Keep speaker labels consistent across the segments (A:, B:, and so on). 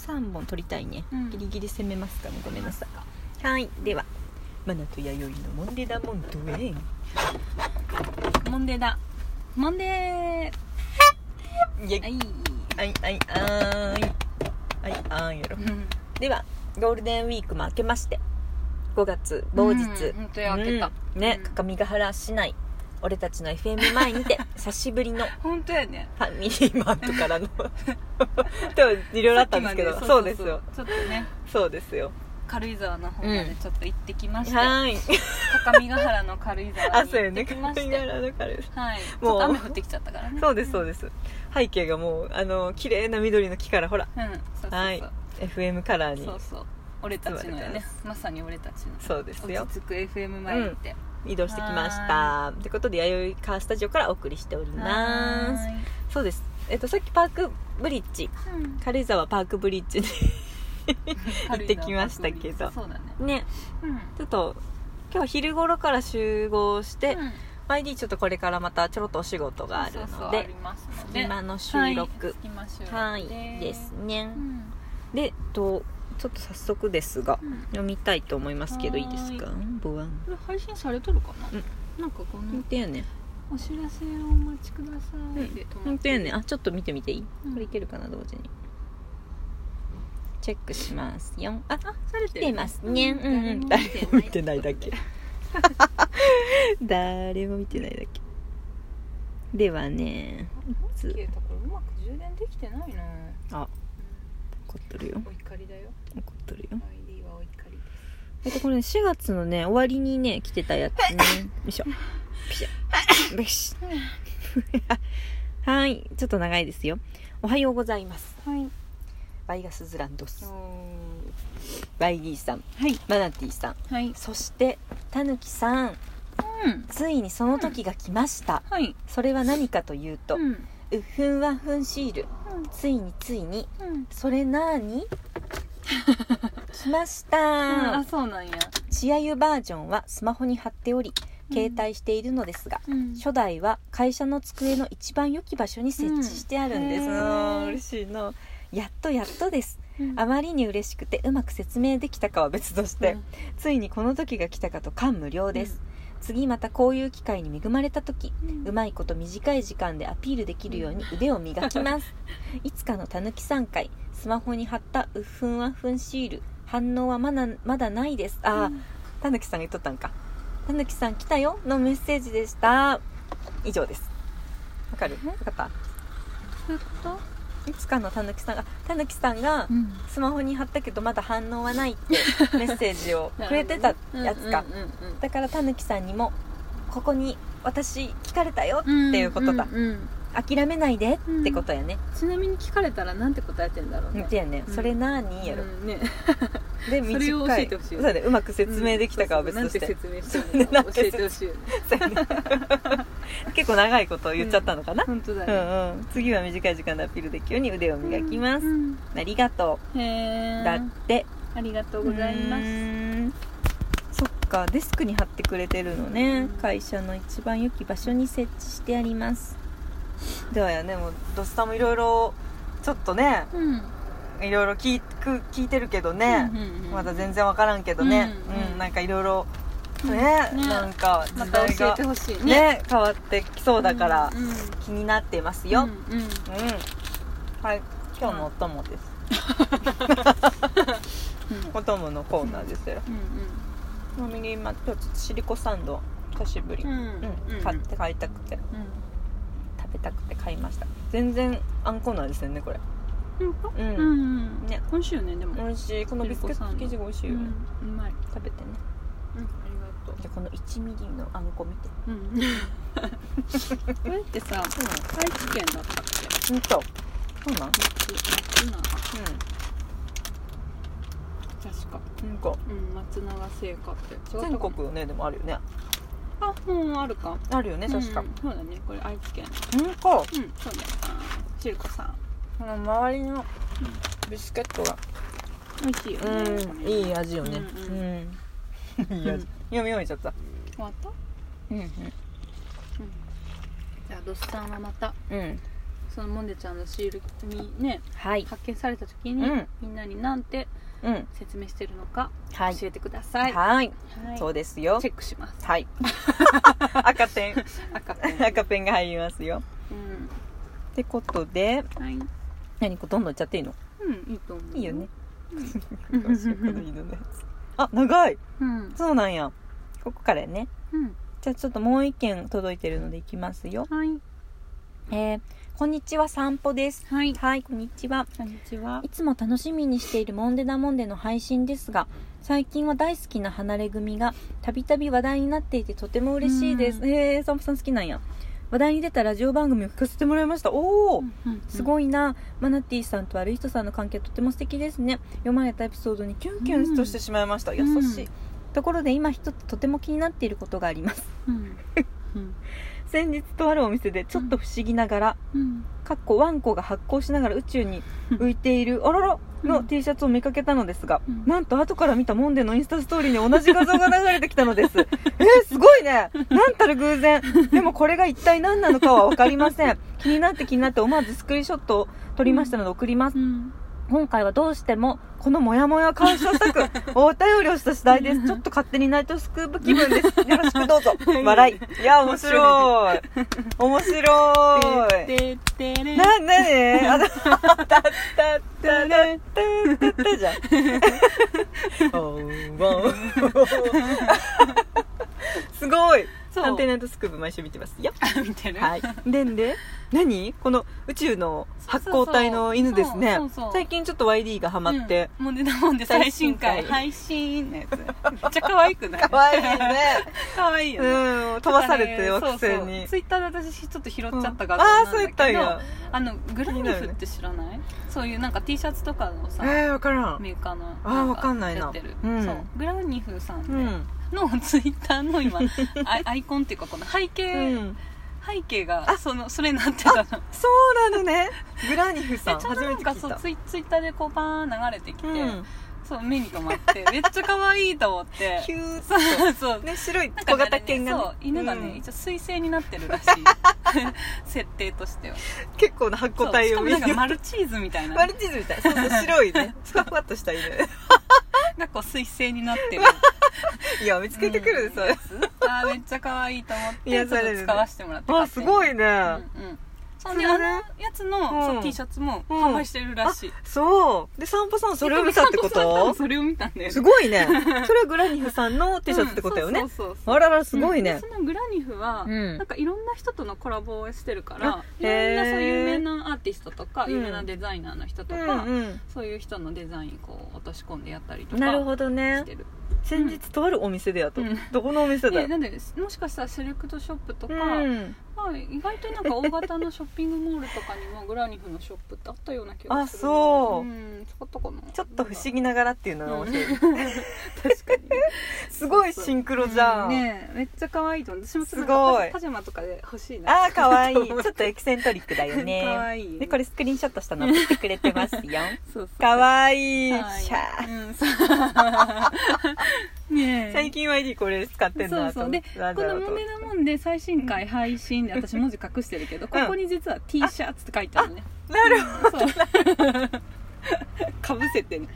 A: 3本取りたいね、
B: うん
A: ギリギリ攻めますからごめんなさいはいでは「マナと弥生のモンデダモンドウェ
B: モンデーだモンデ
A: ン」イェ
B: ーは
A: イ
B: い、
A: はいはいはいはいはいやろ
B: うん、
A: ではゴールデンウィークも明けまして5月某日、
B: うん本当に開けた、
A: うんね
B: うん
A: 各務原市内俺たちの FM 前 にて久しぶりの
B: 本当やね
A: ファミリーマート からのといろいろあったんですけど
B: さきま
A: そうですよ
B: ちょっとね
A: そうですよ
B: 軽井沢の方ま
A: う
B: で
A: ん
B: ちょっと行ってきまして、
A: はーい
B: 高見ヶ原の軽井沢
A: あ
B: に
A: そう
B: 行
A: よ
B: って
A: ね
B: き
A: 神
B: まして、
A: 原のカレー
B: はいちょ
A: も
B: っ
A: う
B: と雨降ってきちゃったから ね
A: そうですそう
B: で
A: です背景がもうあの綺麗な緑の木からほら
B: すうんそうそうそう、
A: はい FM カラーに
B: そうそう俺たち
A: 包
B: のよ
A: まれて
B: ね
A: ま
B: まさに俺たちの
A: そうですよ
B: 落ち着く FM 前に行って、
A: 移動してきましたということで弥生カースタジオからお送りしております
B: は
A: そうですえっとさっきパークブリッジ
B: ーいうん
A: 軽井沢パークブリッジで
B: 軽井沢
A: ってきましたけど
B: そうだね
A: ね
B: うん
A: ちょっと今日昼頃から集合して、
B: うん
A: YD ちょっとこれからまたちょろっとお仕事があるので
B: そうそうそうありますので
A: 今の収録
B: はい、隙間収録
A: はいですね、
B: うん
A: でえっとちょっと早速ですが
B: うん
A: 読みたいと思いますけど
B: はいーい
A: いですかボワン
B: これ配信されとるかな、
A: うん
B: なんかこ
A: 見
B: の
A: てよね
B: お知らせをお待ちくださいで止ま
A: 見
B: って
A: てよねあちょっと見てみていい、
B: うん
A: これいけるかな同時にチェックしますよあ
B: あ、され
A: 来
B: てる
A: てますねうんうん誰も見てないだけ誰も見てないだけではね
B: 消えたこれうまく充電できてないな
A: 怒っとるよ
B: お怒りだよ
A: 怒っとるよ
B: ID はお怒りです
A: えっとこれね4月のね終わりにね来てたやつねよいしょピシャピシャはいちょっと長いですよおはようございます
B: はい
A: バイガスズランドス
B: は
A: バイギーさん
B: い
A: マナティさん
B: はい
A: そしてタヌキさん
B: うん
A: ついにその時が来ました
B: はい
A: それは何かというと、
B: うんうん
A: うっふんわっふんシールついについに
B: うん
A: それなー に来まし
B: あ
A: た
B: そうなんや
A: チアユバージョンはスマホに貼っており
B: うん
A: 携帯しているのですが、
B: うん
A: 初代は会社の机の一番良き場所に設置してあるんです、
B: う
A: うん
B: へー
A: ん、嬉しいなやっとやっとです
B: うん
A: あまりに嬉しくてうまく説明できたかは別として、ついにこの時が来たかと感無量です、次またこういう機会に恵まれた時
B: うん
A: うまいこと短い時間でアピールできるように腕を磨きます いつかのたぬき3回スマホに貼ったうっふんわっふんシール反応はまだまだないですああ、たぬきさんが言っとったんかたぬきさん来たよのメッセージでした以上ですわかるわかっ
B: そういうこと
A: たいつかのたぬきさんがたぬきさんが
B: うん
A: スマホに貼ったけどまだ反応はないってメッセージを くれてたやつか
B: うんうんうんうん
A: だからたぬきさんにもここに私聞かれたよっていうことだ
B: んうんうん
A: 諦めないでってことやね
B: ちなみに聞かれたらなんて答えてんだろうね
A: ってやね
B: うん
A: それなーにやろ
B: うんね
A: で
B: それを
A: 短
B: 教えてほしいよ
A: そうだねうまく説明できたかは別とし
B: うん
A: て
B: そうそうなんて説明してんのか教えてほしいよね
A: そうやね 結構長いことを言っちゃったのかな
B: 本当だ
A: う
B: ね
A: んうん、次は短い時間でアピールできるように腕を磨きます、
B: うん
A: ありがと
B: へえ
A: うだって
B: ありがとうございます
A: うーんそっかデスクに貼ってくれてるのね
B: うん
A: 会社の一番良き場所に設置してありますではやねもう「ドスタ」もいろいろちょっとね
B: うん
A: いろいろ聞く聞いてるけど
B: う
A: ね、
B: んうんうん
A: まだ全然分からんけどね、
B: う
A: うんん
B: うん
A: なんかいろいろ
B: うん
A: ね,、
B: ね
A: なんか
B: ま
A: 時
B: た
A: 代
B: 教え
A: が
B: てほしい
A: ね変わってきそうだから
B: うんうん
A: 気になってますよ、
B: うんうん
A: うん。はい。今日のお供です。
B: うん
A: お供のコーナーですよ。ちなみに今今日ちょっとシリコサンド久しぶり。
B: う
A: うんん。
B: うん
A: 買って買いたくて
B: う
A: 食べたくて買いました。全然あんこなんですよねこれ。
B: んうん
A: う。
B: うんん
A: ね
B: 美味しいよねでも
A: 美味しい。このビスケット生地が美味しいよね。
B: うんうまい
A: 食べてね。
B: うんありがとう
A: じゃあこの1ミリのあんこ見て。
B: うん これってさ愛知県だったっ
A: う
B: け
A: ん。うんと。そうなん。
B: 松永確か
A: うん。うんこ。
B: うん松永製菓って違った
A: 全
B: か
A: 国ねでもあるよね。
B: あもうあるか
A: あるよね確か
B: うん。そうだねこれ愛知県
A: うんこ。
B: うんそうだよしるこさん
A: この周りのビスケットが。
B: 美味しいよねこ
A: うん、
B: れ
A: いい味よね。
B: う
A: うん。いい味。読み終えちゃった。
B: 終わった
A: うん、
B: じゃあドスさんはまた
A: うん。
B: そのモンデちゃんのシールにね
A: はい
B: 発見された時に、
A: うん
B: みんなになんて
A: うん
B: 説明してるのか
A: はい
B: 教えてください、
A: はい
B: はい
A: そうですよ
B: チェックし ます
A: はい赤ペン
B: 赤ペン、
A: 赤ペンが入りますよってことで
B: うんはい
A: 何これどんどんいっちゃっていいの
B: うんいいと思う
A: いいよね
B: うん
A: どうしようこの犬のやつあ長い
B: うん
A: そうなんやここからやね
B: うん
A: じゃあちょっともう一件届いてるのでいきますよ
B: はい
A: えー、こんにちは散歩です
B: はい
A: はいこんにちは
B: こんにちはい
A: つも楽しみにしているモンデダモンデの配信ですが最近は大好きな離れ組がたびたび話題になっていてとても嬉しいです
B: うん
A: へえ散歩さん好きなんや話題に出たラジオ番組を聞かせてもらいましたおお、す
B: い
A: ごいなマナティーさんとアルヒトさんの関係はとても素敵ですね読まれたエピソードにキュンキュンとしてしまいました、優しい、
B: うん
A: ところで今一つとても気になっていることがあります
B: うんうん
A: 先日とあるお店でちょっと不思議ながら、
B: うん
A: かっこワンコが発光しながら宇宙に浮いているあらら
B: う
A: の
B: ん
A: T シャツを見かけたのですが、
B: うん
A: なんと後から見たモンデのインスタストーリーに同じ画像が流れてきたのですえー、すごいねなんたる偶然でもこれが一体何なのかは分かりません気になって気になって思わずスクリーンショットを撮りましたので送ります、
B: うん
A: 今回はどうしてもこのモヤモヤを解消したくお便りをした次第ですちょっと勝手にナイトスクープ気分ですよろしくどうぞ笑いいや面白い面白 い
B: てってれ
A: な、なにあ、だ、た、た、た、た、た、た、たじゃん。おーおーすごい
B: そう
A: 探偵ナイトスクープ毎週見てますよ。
B: 見てる
A: はい。でんで、何この宇宙の発光体の犬ですね
B: そうそうそうそう。
A: 最近ちょっと YD がハマって。
B: うん、もうねだもんで最新回
A: 最
B: 配信のやつめっちゃ可愛くない
A: かわいいね。
B: 可愛いよ
A: う
B: ね、
A: ん、飛ばされて
B: なんか
A: 惑
B: ね
A: 星
B: そうそう
A: に。
B: ツイッターで私ちょっと拾っちゃった画像
A: あ
B: な
A: あー、
B: んだけど、
A: そうやったんや。
B: あのグラニフって知らない、そういうなんか T シャツとかの
A: え
B: さ
A: ー、わからん。
B: メーカーのなん
A: あーわかんないな
B: やってる、
A: うん
B: そうグラニフさん
A: うん。
B: のツイッターの今アイアイコンっていうかこの背
A: う
B: 景、
A: ん。
B: 背景
A: あ
B: がそのそれになってたの
A: そうなのね。グラニフさ
B: え
A: ん、
B: ちょう
A: 初
B: どな
A: め
B: ん
A: て
B: か
A: 聞い
B: そう
A: た。
B: ツイツイッターでこうバーン流れてきて、
A: うん。
B: そう目に留まって めっちゃ可愛いと思って
A: キューッ
B: そうそうそう
A: とね白い
B: なん
A: 小
B: かね
A: 型犬がね
B: そう犬がね、
A: うん
B: 一応水星になって るらしい設定としては
A: 結構な発光
B: そう
A: 体
B: し
A: を
B: かも
A: 見
B: なん
A: る
B: かマルチーズみたいな
A: マルチーズみたいそうそ う白いねふわふわっとした犬
B: がこう水星になってる
A: いや見つけてくる
B: うん
A: そ
B: や
A: れ
B: つあーめっちゃ可愛いと思って
A: 癒される
B: ちょっと使わせてもらって
A: あすご
B: い、
A: いね
B: うんうん、そうね
A: それ
B: あ
A: ね
B: のやつの、
A: う
B: そ
A: ん
B: う T シャツも
A: うん
B: 販売してるらしい、
A: そうで散歩さんそれを見たってこ
B: そうそう
A: と
B: それを見たんだよね
A: すごい ねそれはグラニフさんの T シャツってことよ
B: う
A: ね
B: んそうそうそう
A: あららすごい
B: うん
A: ね
B: でそのグラニフは、
A: うん
B: なんかいろんな人とのコラボをしてるか
A: あ
B: らい
A: へ
B: ろ
A: ー
B: んなそう有名なアーティストとか、
A: うん
B: 有名なデザイナーの人
A: う
B: とか、
A: ん
B: そういう人のデザインこう落とし込んでやったり
A: う
B: と
A: ん
B: か
A: なるほどね
B: してる
A: 先日とあるお店でやと
B: うん
A: どこのお店だ
B: で
A: よ
B: なんでもしかしたらセレクトショップ
A: う
B: とか、
A: ん
B: まあ、意外となんか大型のショッピングモールとかにもグラニフのショップってあったような気がするな
A: あそう
B: うん使ったかな
A: ちょっと不思議ながらっていうのが面白い
B: 確かに
A: すごいシンクロじゃ
B: うんねえめっちゃ可愛いと思う私もちょっ
A: す
B: と
A: ごい
B: パジャマとかで欲しいな
A: あーかわいい
B: と思って
A: ちょっとエキセントリックだよね
B: 可愛い
A: でこれスクリーンショットしたの送ってくれて ますよ
B: そうそう
A: かわいい
B: はい
A: シャー
B: うんそう ねえ
A: 最近 YD これ使ってん
B: そ
A: な
B: う
A: と
B: そう
A: 思っ
B: で
A: て
B: こ
A: なんだろ
B: の「
A: うと思
B: モ
A: っ
B: ネ
A: て
B: だもんで」最新回配信で私文字隠してるけど、ここに実は T シャツって書いてあるね
A: なる
B: そうかぶせて ねち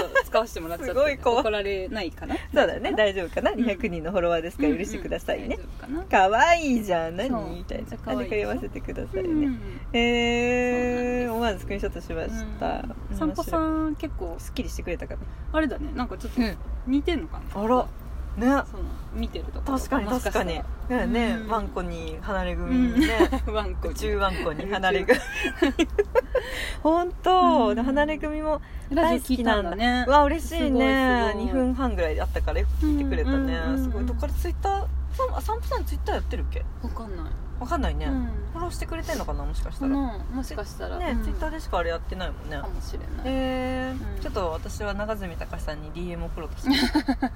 B: ょっと使わせてもらっちゃって
A: すごい怖い
B: 怒られないかな
A: そうだね大丈夫かな
B: うん
A: 200人のフォロワーですから許してくださいね
B: うんうん大丈
A: かわいいじゃん何
B: そう
A: みたい
B: めっち
A: な
B: ゃ可愛い
A: 何か言わせてくだ
B: 夫
A: さ
B: か
A: い
B: な
A: ねえ
B: そうなん
A: ー思わず
B: です
A: スクリーンショットしま
B: うん
A: した
B: うん散歩さ
A: ん
B: ん結構
A: すっきりしてくれたか
B: あれだねなんかちょっと
A: うん
B: 似てんのかな、
A: らなね
B: その見てるところ
A: 確かに確かに
B: もし
A: だよね
B: うん
A: ワンコに離れ組
B: う
A: に
B: ん
A: ね
B: したら ワンコ
A: 宇
B: に
A: 宙ワンコに離れ組 本当、
B: うん
A: 離れ組も
B: ラジオ聞いたんだね
A: うわ嬉しい
B: すごい
A: ね
B: すごい
A: 2分半ぐらいあったからよく聞いてくれたね、
B: うんうんうんうん
A: すごいどっからツイッターさんあ散歩さんツイッターやってるっけ
B: わかんない、
A: わかんないね、
B: うん
A: フォローしてくれてんのかなもしかした
B: から
A: ね、
B: なもしかしたら
A: ツイッター
B: ー
A: でしかあれやってないもんね
B: かもしれない、
A: えー
B: うん
A: ちょっと私は長住隆さんに DM 送ろうとしてる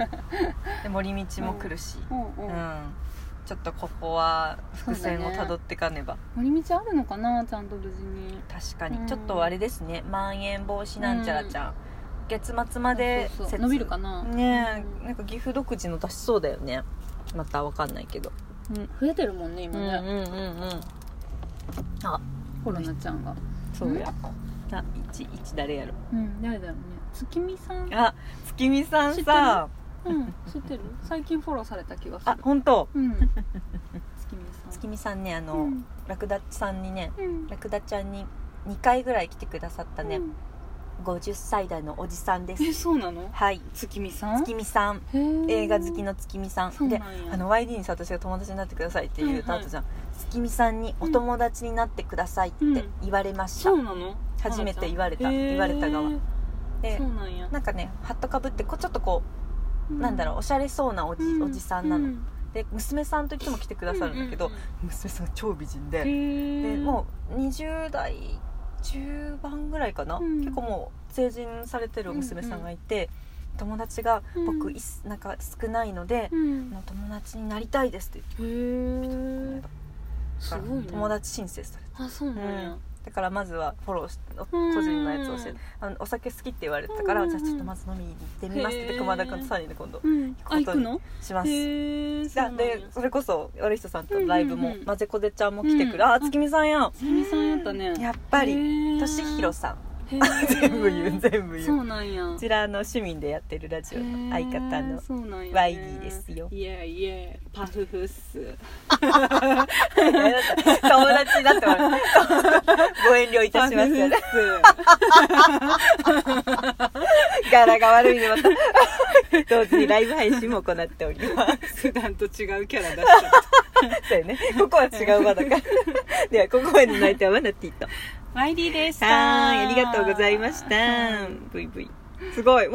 A: で森道も来るし、
B: うんう
A: うんんちょっとここは伏線を
B: そうだね
A: たどってかねば
B: 森道あるのかなちゃんと無事に
A: 確かに、
B: うん
A: ちょっとあれですねまん延防止なんちゃらちゃん、月末まで
B: そうそう
A: 説
B: 伸びるかな
A: ね
B: う
A: え
B: ん
A: なんか岐阜独自の出しそうだよねまたわかんないけど
B: 増えてるもんね
A: う
B: 今
A: んうん
B: ね、
A: うんうんあ
B: コロナちゃんが
A: そうやあ一一誰やろ
B: うん誰だろうね月見さん
A: あ月見さんさ
B: うん知ってる最近フォローされた気がする
A: あ本当
B: うん月見さん
A: 月見さんねあの、
B: うん
A: ラクダさんにね
B: うん
A: ラクダちゃんに2回ぐらい来てくださったね、
B: うん
A: 50歳代のおじさんです
B: えそうなの
A: はい
B: 月見さん
A: 月見さん
B: へー
A: 映画好きの月見さん
B: そう
A: で
B: なんや
A: あの YD にさ私が友達になってくださいって言うと
B: はいはい
A: あとじゃん、月見さんにお友達になってくださいっ
B: うん
A: て言われました、
B: そうなの
A: 初めて言われた
B: へー
A: 言われた側で
B: そうなんや
A: なんかねハットかぶってこうちょっとこう、なんだろうおしゃれそうなおじ,、
B: う
A: おじさんなの、
B: う
A: で娘さんといつも来てくださるんだけど、
B: うう
A: 娘さんが超美人で、
B: うんへ
A: で
B: ー
A: もう20代中盤ぐらいかな、
B: うん
A: 結構もう成人されてる娘さんがいて、友達が
B: うん
A: 僕いすなんか少ないので
B: う、ん
A: あの友達になりたいですって
B: へ
A: 言
B: え
A: って
B: すごいね
A: 友達申請されて
B: あそうなんや
A: だからまずはフォローし個
B: うん
A: 人のやつをしてあのお酒好きって言われてたから、
B: うんうん
A: じ
B: うん
A: ゃあちょっとまず飲みに行ってみますって
B: へー
A: 熊田君と3人で今度
B: うんあ行くの
A: します。
B: へえそう
A: だ
B: なんや
A: でそれこそ悪い人さんとのライブも、
B: うんうんうん
A: まぜこぜちゃんも来てくる、
B: うん
A: あ月見さんやん
B: 月見さんやったね
A: やっぱり
B: り
A: としひろさん 全
B: 全
A: 部言う全部
B: そ
A: 言う
B: うなんや
A: こちらあの市民でやってるラジオの相方
B: へ
A: の
B: ーそうなんや
A: YD ですよ
B: いやいやパフフっす
A: 友達だって思われたご遠慮いたしますよね
B: パフフっす
A: 柄が悪いのまた同時にライブ配信も行っております
B: 普段と違うキャラ出しちゃっ
A: そうよねここは違う場だからではここまでの相手はマナティと
B: た YD でした
A: はーいありがとうございましたブイブイすごい